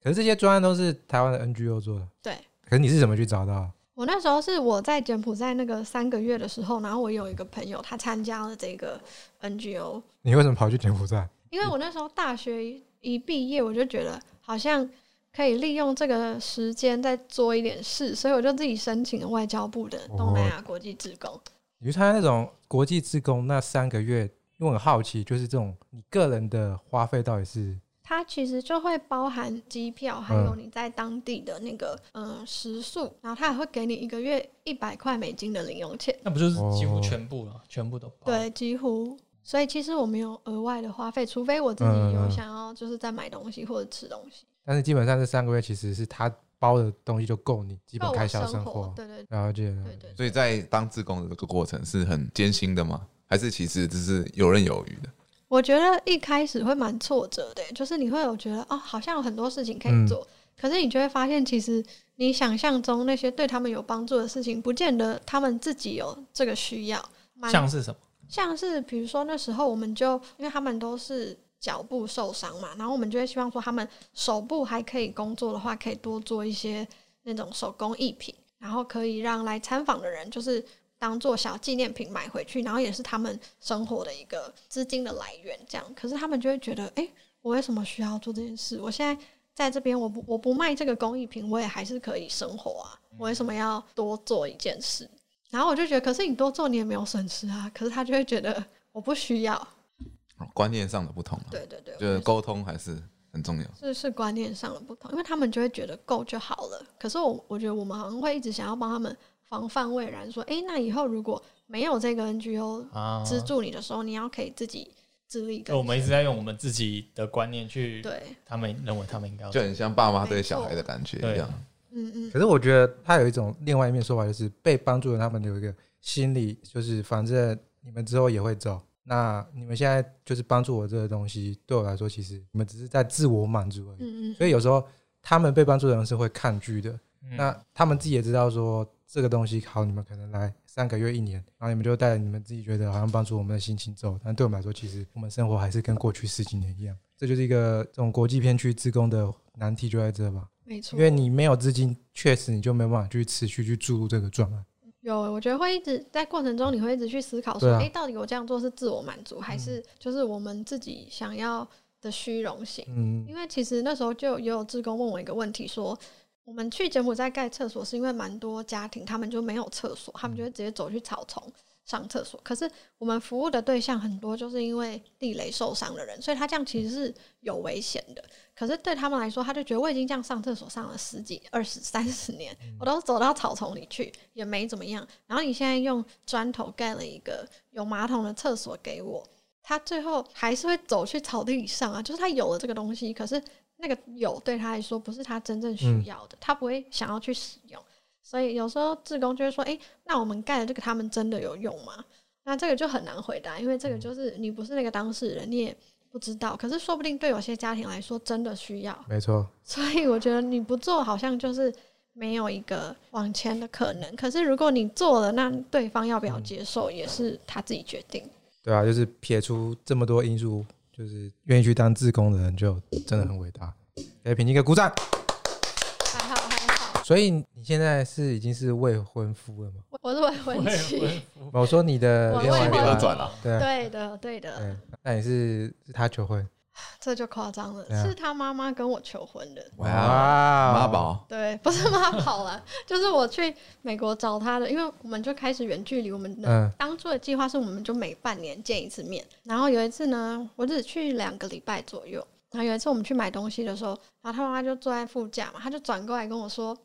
可是这些专案都是台湾的 NGO 做的，对。可是你是怎么去找到？我那时候是我在柬埔寨那个三个月的时候，然后我有一个朋友，他参加了这个 NGO，你为什么跑去柬埔寨？因为我那时候大学一毕业，我就觉得好像可以利用这个时间再做一点事，所以我就自己申请了外交部的东南亚国际职工。你去参加那种国际志工那三个月，因为我很好奇，就是这种你个人的花费到底是它其实就会包含机票，还嗯有你在当地的那个嗯、呃食宿，然后它还会给你一个月一百块美金的零用钱，那不就是几乎哦全部了，全部都包。，对，几乎。所以其实我没有额外的花费，除非我自嗯己有想要就是在买东西或者吃东西，但是基本上这三个月其实是他包的东西就够你基本够开我销生活。嗯对对了解，对对，所以在当志工的这个过程是很艰辛的吗？还是其实只是游刃有余的？我觉得一开始会蛮挫折的，欸就是你会有觉得哦，好像有很多事情可嗯以做，可是你就会发现，其实你想象中那些对他们有帮助的事情，不见得他们自己有这个需要。蛮像是什么？像是比如说那时候我们就因为他们都是脚部受伤嘛，然后我们就会希望说他们手部还可以工作的话，可以多做一些那种手工艺品，然后可以让来参访的人就是当做小纪念品买回去，然后也是他们生活的一个资金的来源。这样，可是他们就会觉得，哎、我为什么需要做这件事？我现在。在这边，我不我不卖这个工艺品，我也还是可以生活啊。我为什么要多做一件事？然后我就觉得，可是你多做你也没有损失啊。可是他就会觉得我不需要。哦观念上的不同、啊，，对对对，就是我沟通还是很重要。是是观念上的不同，因为他们就会觉得够就好了。可是我我觉得我们好像会一直想要帮他们防范未然，说，诶，那以后如果没有这个 NGO 啊，资助你的时候，你要可以自己自力哦就我更们一直在用我们自己的观念去，对，他们认为他们应该要就很像爸妈对小孩的感觉一样。嗯嗯，可是我觉得他有一种另外一面说法，就是被帮助的他们有一个心理，就是反正你们之后也会走，那你们现在就是帮助我这个东西，对我来说，其实你们只是在自我满足而已。嗯嗯所以有时候他们被帮助的人是会抗拒的，嗯那他们自己也知道说这个东西好，你们可能来三个月、一年，然后你们就带着你们自己觉得好像帮助我们的心情走，但对我们来说，其实我们生活还是跟过去十几年一样。这就是一个这种国际片区自工的难题就在这吧，没错因。为你没有资金，确实你就没有办法去持续去注入这个专案。有，我觉得会一直在过程中，你会一直去思考说，对啊嗯诶，到底我这样做是自我满足，还是就是我们自己想要的虚荣心？嗯，因为其实那时候就也有志工问我一个问题说。我们去柬埔寨盖厕所，是因为蛮多家庭他们就没有厕所，他们就会直接走去草丛上厕所。可是我们服务的对象很多，就是因为地雷受伤的人，所以他这样其实是有危险的。可是对他们来说，他就觉得我已经这样上厕所上了十几、二十、 三十年，我都走到草丛里去，也没怎么样。然后你现在用砖头盖了一个有马桶的厕所给我，他最后还是会走去草地上啊，就是他有了这个东西，可是那个有对他来说不是他真正需要的，他不会想要去使用。所以有时候志工就会说：“诶，那我们盖的这个，他们真的有用吗？”那这个就很难回答，因为这个嗯就是你不是那个当事人，你也不知道。可是说不定对有些家庭来说真的需要， 没错，所以我觉得你不做好像就是没有一个往前的可能。可是如果你做了，那对方要不嗯要接受也是他自己决定。对啊，就是撇出这么多因素，就是愿意去当自工的人，就真的很伟大。给平静一个鼓掌。还好还好，所以你现在是已经是未婚夫了吗？我我是未婚妻，我说你的我嗯另外一未婚半二转了，对啊 对的对的，对，那你是是他求婚，这就夸张了对啊，是他妈妈跟我求婚的。哇，妈，宝，对，不是妈跑了， 就是我去美国找他的，因为我们就开始远距离。我们的嗯当初的计划是，我们就每半年见一次面。然后有一次呢，我只去两个礼拜左右。然后有一次我们去买东西的时候，然后他妈妈就坐在副驾嘛，他就转过来跟我说：“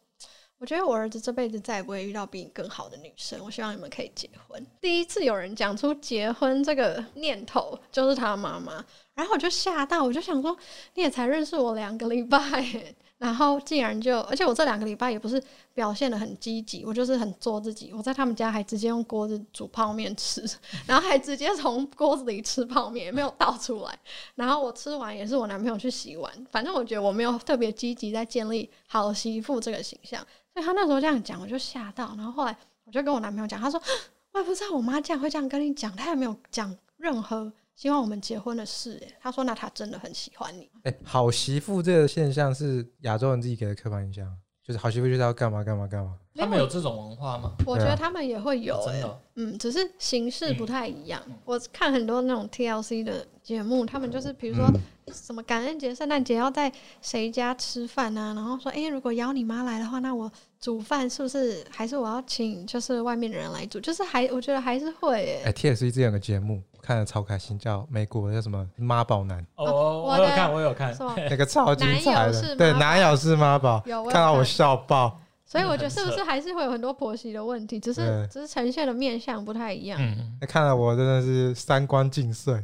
我觉得我儿子这辈子再也不会遇到比你更好的女生，我希望你们可以结婚。”第一次有人讲出结婚这个念头，就是他妈妈。然后我就吓到，我就想说，你也才认识我两个礼拜耶，然后竟然就，而且我这两个礼拜也不是表现的很积极，我就是很做自己。我在他们家还直接用锅子煮泡面吃，然后还直接从锅子里吃泡面，也没有倒出来。然后我吃完也是我男朋友去洗碗，反正我觉得我没有特别积极在建立好媳妇这个形象，所以他那时候这样讲，我就吓到。然后后来我就跟我男朋友讲，他说我也不知道我妈这样会这样跟你讲，她也没有讲任何希望我们结婚的事。哎，她说那她真的很喜欢你。哎、好媳妇这个现象是亚洲人自己给的刻板印象，就是好媳妇就是要干嘛干嘛干嘛。他们有啊这种文化吗？我觉得他们也会有、真哎的哦嗯，只是形式不太一样。我看很多那种 TLC 的节目，他们就是比嗯如说什么感恩节、圣诞节要在谁家吃饭啊，然后说，哎、如果邀你妈来的话，那我煮饭是不是还是我要请就是外面的人来煮？就是还我觉得还是会、哎 哎、t s c 之前有个节目，我看了超开心，叫美国叫什么妈宝男，哦，我我有看，我有看是，吗？那个超精彩男友是妈宝的，对，男友是妈宝，有我有看到我看笑爆。所以我觉得是不很是还是会有很多婆媳的问题，只是对只是呈现的面相不太一样，嗯，哎那看了我真的是三观尽碎，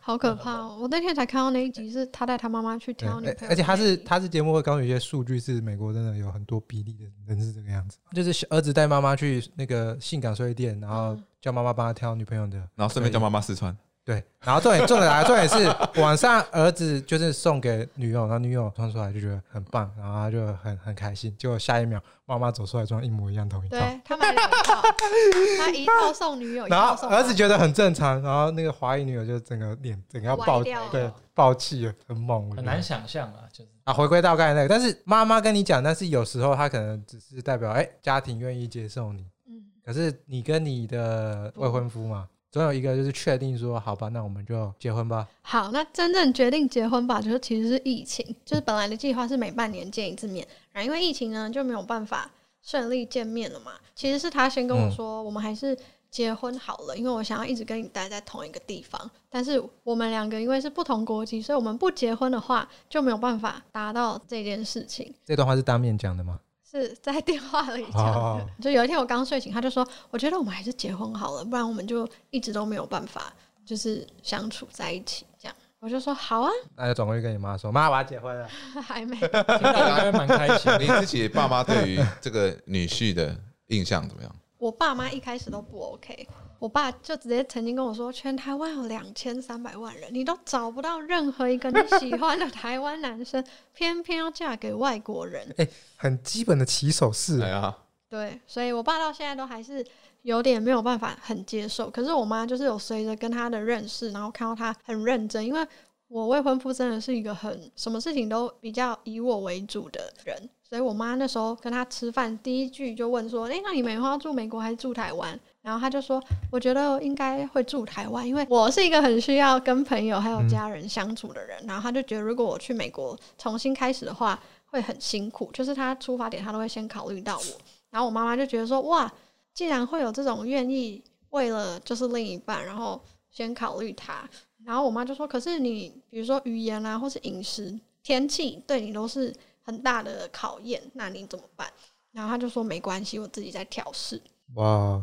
好可怕哦！我那天才看到那一集是他带他妈妈去对，哎挑女朋友的那一集，而且他是他是节目会告诉你一些数据，是美国真的有很多比例的人是这个样子， 就是小儿子带妈妈去那个性感睡衣店，然后嗯叫妈妈帮他挑女朋友的，然后顺便叫妈妈试穿，对，然后重点重点来，重点是晚上儿子就是送给女友，然后女友穿出来就觉得很棒，然后他就很很开心，结果下一秒妈妈走出来穿一模一样同一套，对他买两套，他一套送女友，一然套后送儿子觉得很正常，然后那个华裔女友就整个脸整个要爆歪掉了对爆气了，很猛，我觉很得难想象啊，就是啊，回归到刚才那个，但是妈妈跟你讲，但是有时候她可能只是代表哎、家庭愿意接受你，嗯可是你跟你的未婚夫嘛，总有一个就是确定说好吧，那我们就结婚吧。好，那真正决定结婚吧，就是其实是疫情，就是本来的计划是每半年见一次面，然后因为疫情呢就没有办法顺利见面了嘛。其实是他先跟嗯我说，我们还是结婚好了，因为我想要一直跟你待在同一个地方。但是我们两个因为是不同国籍，所以我们不结婚的话就没有办法达到这件事情。这段话是当面讲的吗？是在电话里讲的。哦就有一天我刚睡醒，他就说：“我觉得我们还是结婚好了，不然我们就一直都没有办法就是相处在一起。”这样，我就说：“好啊，那就转过去跟你妈说，妈，我要结婚了。 还没。听到应该会蛮开心的。 你自己爸妈对于这个女婿的印象怎么样？” 我爸妈一开始都不 OK，我爸就直接曾经跟我说：“全台湾有两千三百万人，你都找不到任何一个你喜欢的 台湾男生，偏偏要嫁给外国人。”很基本的起手式哎，呀，对，所以我爸到现在都还是有点没有办法很接受。可是我妈就是有随着跟他的认识，然后看到他很认真，因为我未婚夫真的是一个很什么事情都比较以我为主的人，所以我妈那时候跟他吃饭，第一句就问说：“诶，那你们以后要住美国还是住台湾？”然后他就说：“我觉得应该会住台湾，因为我是一个很需要跟朋友还有家人相处的人。然后他就觉得，如果我去美国重新开始的话，会很辛苦。就是他出发点，他都会先考虑到我。然后我妈妈就觉得说，哇，既然会有这种愿意为了就是另一半，然后先考虑他，然后我妈就说，可是你比如说语言啊，或是饮食、天气，对你都是很大的考验，那你怎么办？然后她就说没关系，我自己在调试。哇，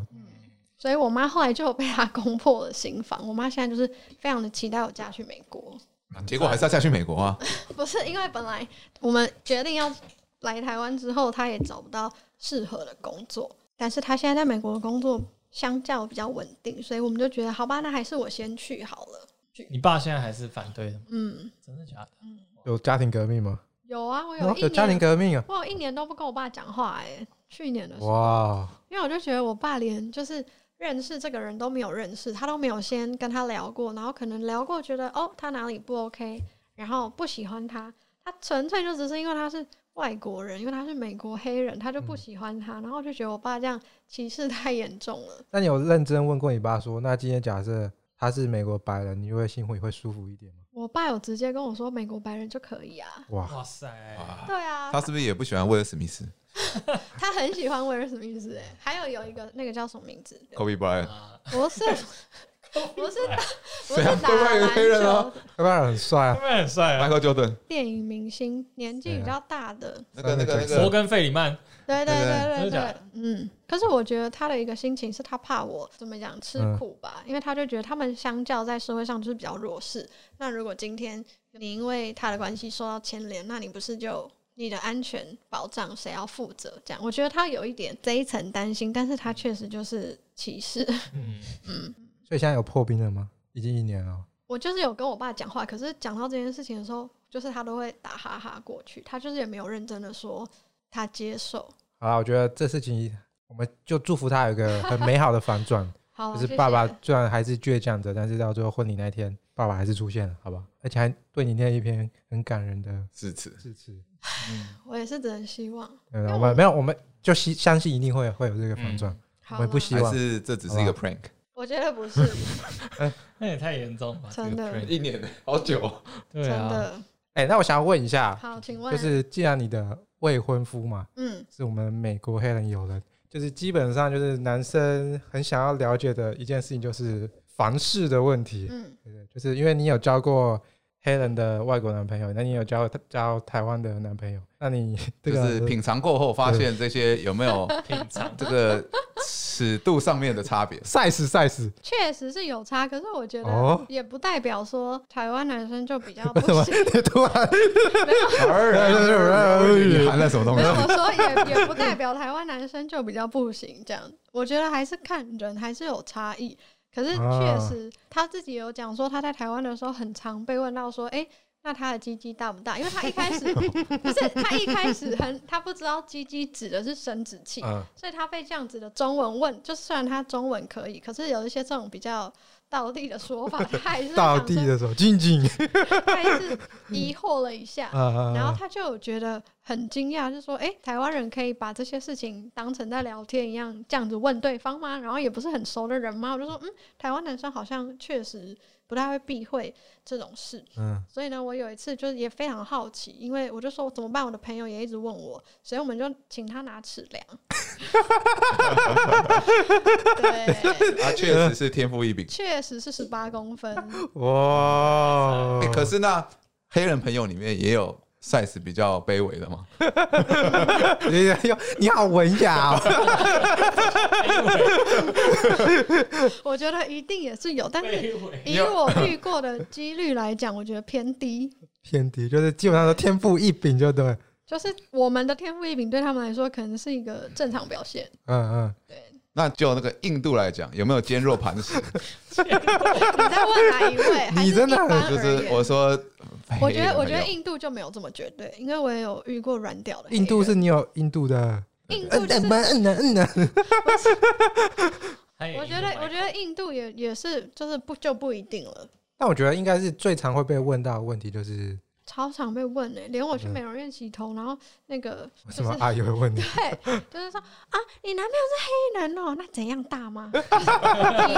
所以我妈后来就有被她 攻破了心房。我妈现在就是非常的期待我嫁去美国，啊结果还是要嫁去美国啊！不是因为本来我们决定要来台湾之后，他也找不到适合的工作，但是他现在在美国的工作相较比较稳定，所以我们就觉得好吧，那还是我先去好了。你爸现在还是反对的吗？嗯，真的假的？有家庭革命吗？有啊，我有哦一有家庭年，革命啊！我有一年都不跟我爸讲话哎、去年的时候，哇，因为我就觉得我爸连就是认识这个人都没有认识，他都没有先跟他聊过，然后可能聊过觉得哦他哪里不 OK，然后不喜欢他，他纯粹就只是因为他是外国人，因为他是美国黑人，他就嗯不喜欢他，然后就觉得我爸这样歧视太严重了。那你有认真问过你爸说，那今天假设他是美国白人，你会心里会舒服一点吗？我爸有直接跟我说美国白人就可以啊，哇，哇塞！哇对啊，他是不是也不喜欢威尔史密斯他很欸喜欢威尔史密斯哎，还有有一个那个叫什么名字？ ？Kobe Bryant 啊不是，我是打我谁是啊打会不会有篮黑人啊球的要不然很帅啊。他们很帅啊， Michael Jordan 电影明星，年纪比较大的，那个那个那摩个，根费里曼对对对对啊真的假对的，嗯。可是我觉得他的一个心情是他怕我怎么讲吃苦吧，嗯因为他就觉得他们相较在社会上就是比较弱势。那如果今天你因为他的关系受到牵连，那你不是就你的安全保障谁要负责？这样，我觉得他有一点这一层担心，但是他确实就是歧视。 嗯，所以现在有破冰了吗？已经一年了。哦我就是有跟我爸讲话，可是讲到这件事情的时候，就是他都会打哈哈过去，他就是也没有认真的说他接受。好了，我觉得这事情我们就祝福他有一个很美好的反 转，好啊，就是谢谢爸爸虽然还是倔强着，但是到最后婚礼那天，爸爸还是出现了，好吧？而且还对你念一篇很感人的是此致辞。嗯我也是只能希望。对因为我我们没有，我们就希相信一定会会有这个反转。好我也不啦希还望是这只是一个 prank？我觉得不 是那也太严重了吧，这个真的 prank 一年好久哦，对真啊，的。哎、那我想问一下，好，请问，就是既然你的未婚夫嘛，嗯，是我们美国黑人友人，就是基本上就是男生很想要了解的一件事情，就是房事的问题。嗯对对，就是因为你有交过黑人的外国男朋友，那你有交交台湾的男朋友，那 你这就个是品尝过后发现这些有没 有品 尝这个尺度上面的差别？ size size 确实是有差，可是我觉哦得也不代表说台湾男生就比较不 为什么行。突 然你含了什么东没 西有，？我说也也不代表台湾男生就比较不行，这样我觉得还是看人，还是有差异。可是啊确实他自己有讲说，他在台湾的时候很常被问到说，哎、那他的鸡鸡大不大？因为他一开 始不是他一开始很他不知道鸡鸡指的是生殖器，嗯所以他被这样子的中文问，就虽然他中文可以，可是有一些这种比较道地的说法，他还是会到想地说的时候，静 静他还是疑惑了一下。啊，然嗯后他就有觉得很惊讶，就说：“哎、台湾人可以把这些事情当成在聊天一样，这样子问对方吗？然后也不是很熟的人吗？”我就说：“嗯，台湾男生好像确实不太会避讳这种事。”嗯所以呢，我有一次就是也非常好奇，因为我就说怎么办，我的朋友也一直问我，所以我们就请他拿尺量。 对，啊，确实是天赋 异禀。确实是十八公分，嗯哇 欸，可是那黑人朋友里面也有 size 比较卑微的嘛？你哎你好文雅哦， 哎我觉得一定也是有，但是被毁以我遇过的几率来讲，我觉得偏低。偏低，就是基本上都天赋异禀，就对，就是我们的天赋异禀对他们来说可能是一个正常表现。嗯嗯。对，你那就那个印度来讲，有没有坚 若磐石？在问哪一位？还你是真的一般就而是言我说，哎我觉得我觉得印印度就没有这么绝对，因为我也有遇过软屌的黑人。印度是你有印度的，印度嗯就是嗯嗯嗯嗯嗯，他也我觉得我觉得印度也也是就是不就不一定了。但我觉得应该是最常会被问到的问题就是超常被问呢、连我去美容院洗头，然后那个嗯为就什么啊是阿姨会问你？ 对，就是说啊，你男朋友是黑人哦，那怎样大 吗？就是一定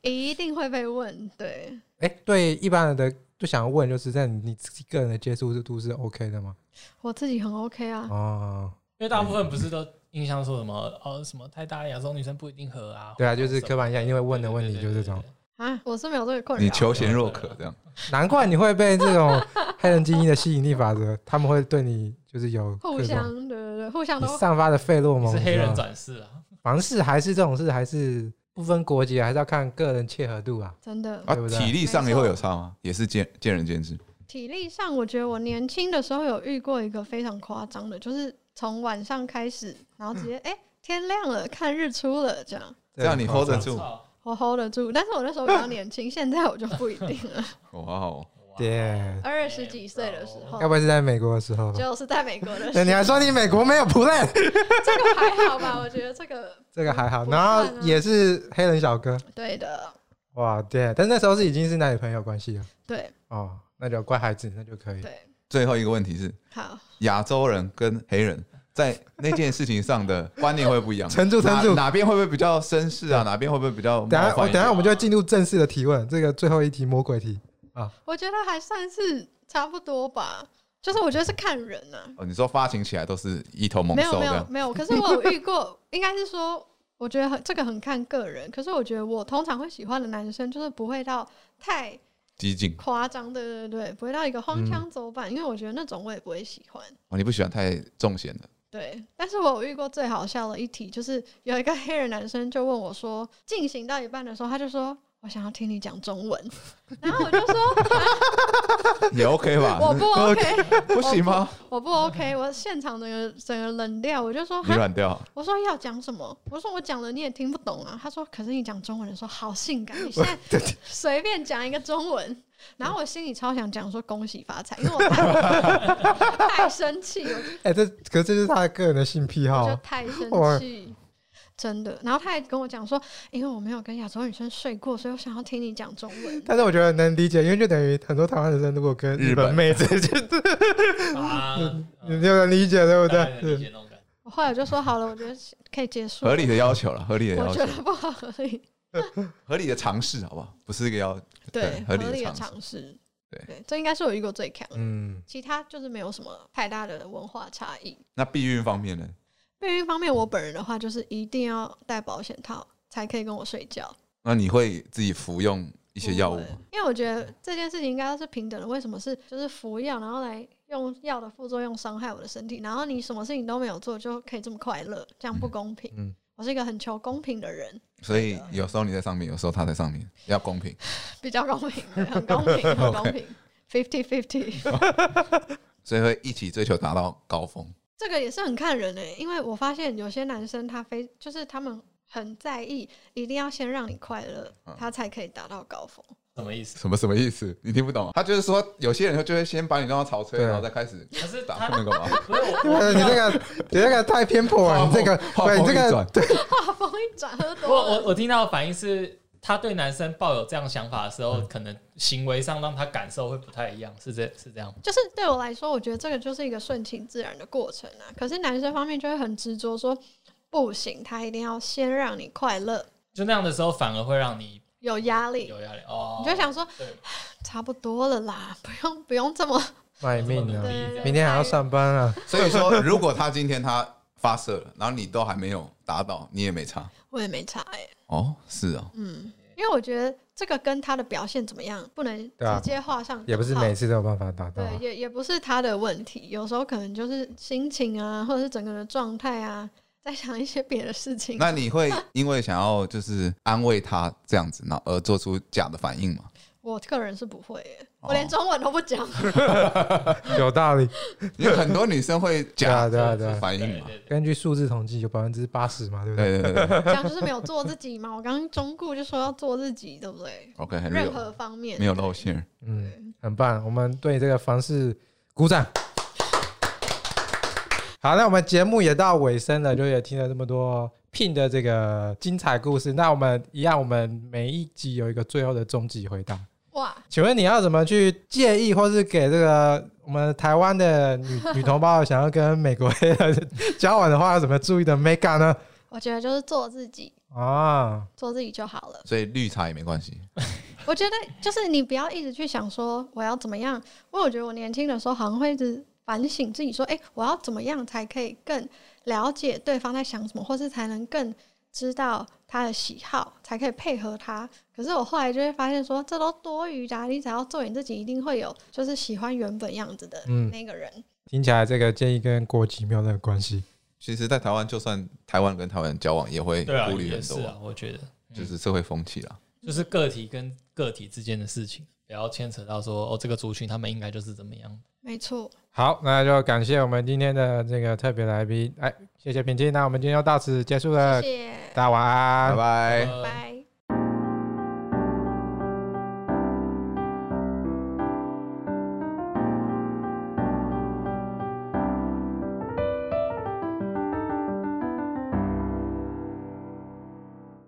一 定会被问，对。哎，对一般人的就想问，就是在你自己个人的接触度是 OK 的吗？我自己很 OK 啊，哦，因为大部分不是都印象说什么哦什么太大的亚洲女生不一定合啊，对啊，就是什么刻板印象，因为问的问题对就是这种，，啊，我是没有这个困扰。你求贤若渴这样， 难怪你会被这种黑人精英的吸引力法则，他们会对你就是有互各种相，哦对对对，互相你都散发的费洛对对蒙，对你是黑人转，转世啊，凡事还是这种事，还是不分国籍，啊还是要看个人切合度啊。真的啊对不，对体力上也会有差吗？也是见见仁见智。体力上，我觉得我年轻的时候有遇过一个非常夸张的，就是从晚上开始，然后直接哎、诶天亮了，看日出了这样。哦这样你 hold 得住？操我 hold 得住，但是我那时候比较年轻，现在我就不一定 了。哇哦，对，二十几岁的时候要，不会是在美国的时候吧？哦就是在美国的时那候，你还说你美国没有 plan？这个还好吧？我觉得这个这个还好，不然后算啊也是黑人小哥，对的，哇，对，但那时候是已经是男女朋友关系了，对哦，那就乖孩子，那就可以。对，最后一个问题是，好。亚洲人跟黑人在那件事情上的观念会不一样， 撑住撑哪住哪边会不会比较绅士啊？哪边会不会比较等冒下，我犯一等点？下我们就进入正式的提问，这个最后一题魔鬼题，我觉得还算是差不多吧，就是我觉得是看人呐、啊哦，你说发情起来都是一头猛没有兽没这有样，没有，可是我有遇过，应该是说我觉得很这个很看个人，可是我觉得我通常会喜欢的男生就是不会到太激进夸张，对对对，不会到一个荒嗯腔走板，因为我觉得那种我也不会喜欢。哦，你不喜欢太重咸的，对，但是我有遇过最好笑的一题，就是有一个黑人男生就问我说，进行到一半的时候，他就说我想要听你讲中文，然后我就 说 也 OK 吧？呃我不 OK，不行吗？我不 OK，我现场整个整个冷掉，我就说你哈软掉，我说要讲什么？我说我讲了你也听不懂啊。他说，可是你讲中文的时候好性感，你现 在随便讲一个中文。然后我心里超想讲说恭喜发财，因为 我太太生气，我就哎、这可是这是他个人的性癖我就好，哦太哇生气，真的。然后他还跟我讲说，因为我没有跟亚洲女生睡过，所以我想要听你讲中 文。但是我觉得能理解，因为就等于很多台湾女生如果跟日日本本妹子， 就啊，你就能理解，对不大概能对？理解是那种感觉。我后来我就说好了，我觉得可以结束了，合理的要求了，合理的我要觉求，得不合理，合理的尝试，好不好？不是一个要对，合合理理的的尝试。尝试。对对，这应该是我遇过最强的。嗯，其他就是没有什么太大的文化差异。那避孕方面呢？避孕方面，我本人的话就是一定要戴保险套才可以跟我睡觉，那你会自己服用一一些药物吗？因为我觉得这件事情应该是平等的。为什么是就是服药，然后来用药的副作用伤害我的身体，然后你什么事情都没有做就可以这么快乐，这样不公平。嗯嗯我是一个很求公平的人，所以有时候你在上面，有时候他在上面，要公平。比较公平，对很公平，很公平，fifty fifty。所以会一起追求达到高峰。这个也是很看人诶、因为我发现有些男生他非就是他们很在意，一定要先让你快乐嗯，他才可以达到高峰。什么意思？什么什么意思？你听不懂？他就是说，有些人就会先把你弄到潮吹，对然后再开始可是打他那个 嘛。不是我，对你这个你这个太偏颇了，你这个画风对你这一个转 对话锋一转，喝我多我了，我听到的反应是，他对男生抱有这样想法的时嗯候，可能行为上让他感受会不太一样，是这是这样吗？就是对我来说，我觉得这个就是一个顺其自然的过程啊。可是男生方面就会很执着说，不行，他一定要先让你快乐，就那样的时候，反而会让你有压力，有压力哦。你就想说对差不多了啦，不用不用这么卖命嗯啊！对明天还要上班啊！所以说，如果他今天他发射了，然后你都还没有达到，你也没差。我也没差哎、哦，是哦，嗯，因为我觉得这个跟他的表现怎么样，不能对啊直接画上等号、也不是每次都有办法达到啊、对，也也不是他的问题，有时候可能就是心情啊，或者是整个的状态啊，在想一些别的事情。那你会因为想要就是安慰他这样子，然后而做出假的反应吗？我个人是不会耶，哦我连中文都不讲。 有道理。因为很多女生会假对啊对啊对啊反对应对嘛。对，根据数字统计，有百分之八十嘛，对不对？对对对对这样就是没有做自己嘛。我刚刚中顾就说要做自己，对不对？ ，OK，很任 real，何方面没有露馅。嗯，很棒，我们对这个房市鼓掌。好，那我们节目也到尾声了，就也听了这么多聘的这个精彩故事。那我们一样，我们每一集有一个最后的终极回答。哇，请问你要怎么去建议，或是给这个我们台湾的女 女同胞想要跟美国黑人 交往的话，有什么注意的 make up 呢？我觉得就是做自己，啊，做自己就好了。所以绿茶也没关系。我觉得就是你不要一直去想说我要怎么样，因为我觉得我年轻的时候好像会一直反省自己说，哎、我要怎么样才可以更了解对方在想什么，或是才能更知道他的喜好，才可以配合他。可是我后来就会发现说，这都多余的啊、你只要做你自己，一定会有就是喜欢原本样子的嗯那个人。听起来这个建议跟国籍没有任何关系。其实，在台湾，就算台湾跟台湾人交往，也会对啊，顾虑也很是多啊，啊，我觉得就是社会风气啦。就是个体跟个体之间的事情，不要牵扯到说哦，这个族群他们应该就是怎么样。没错，好，那就感谢我们今天的这个特别来宾，哎，谢谢平静，那我们今天就到此结束了，谢谢，大家晚安，拜拜。呃拜。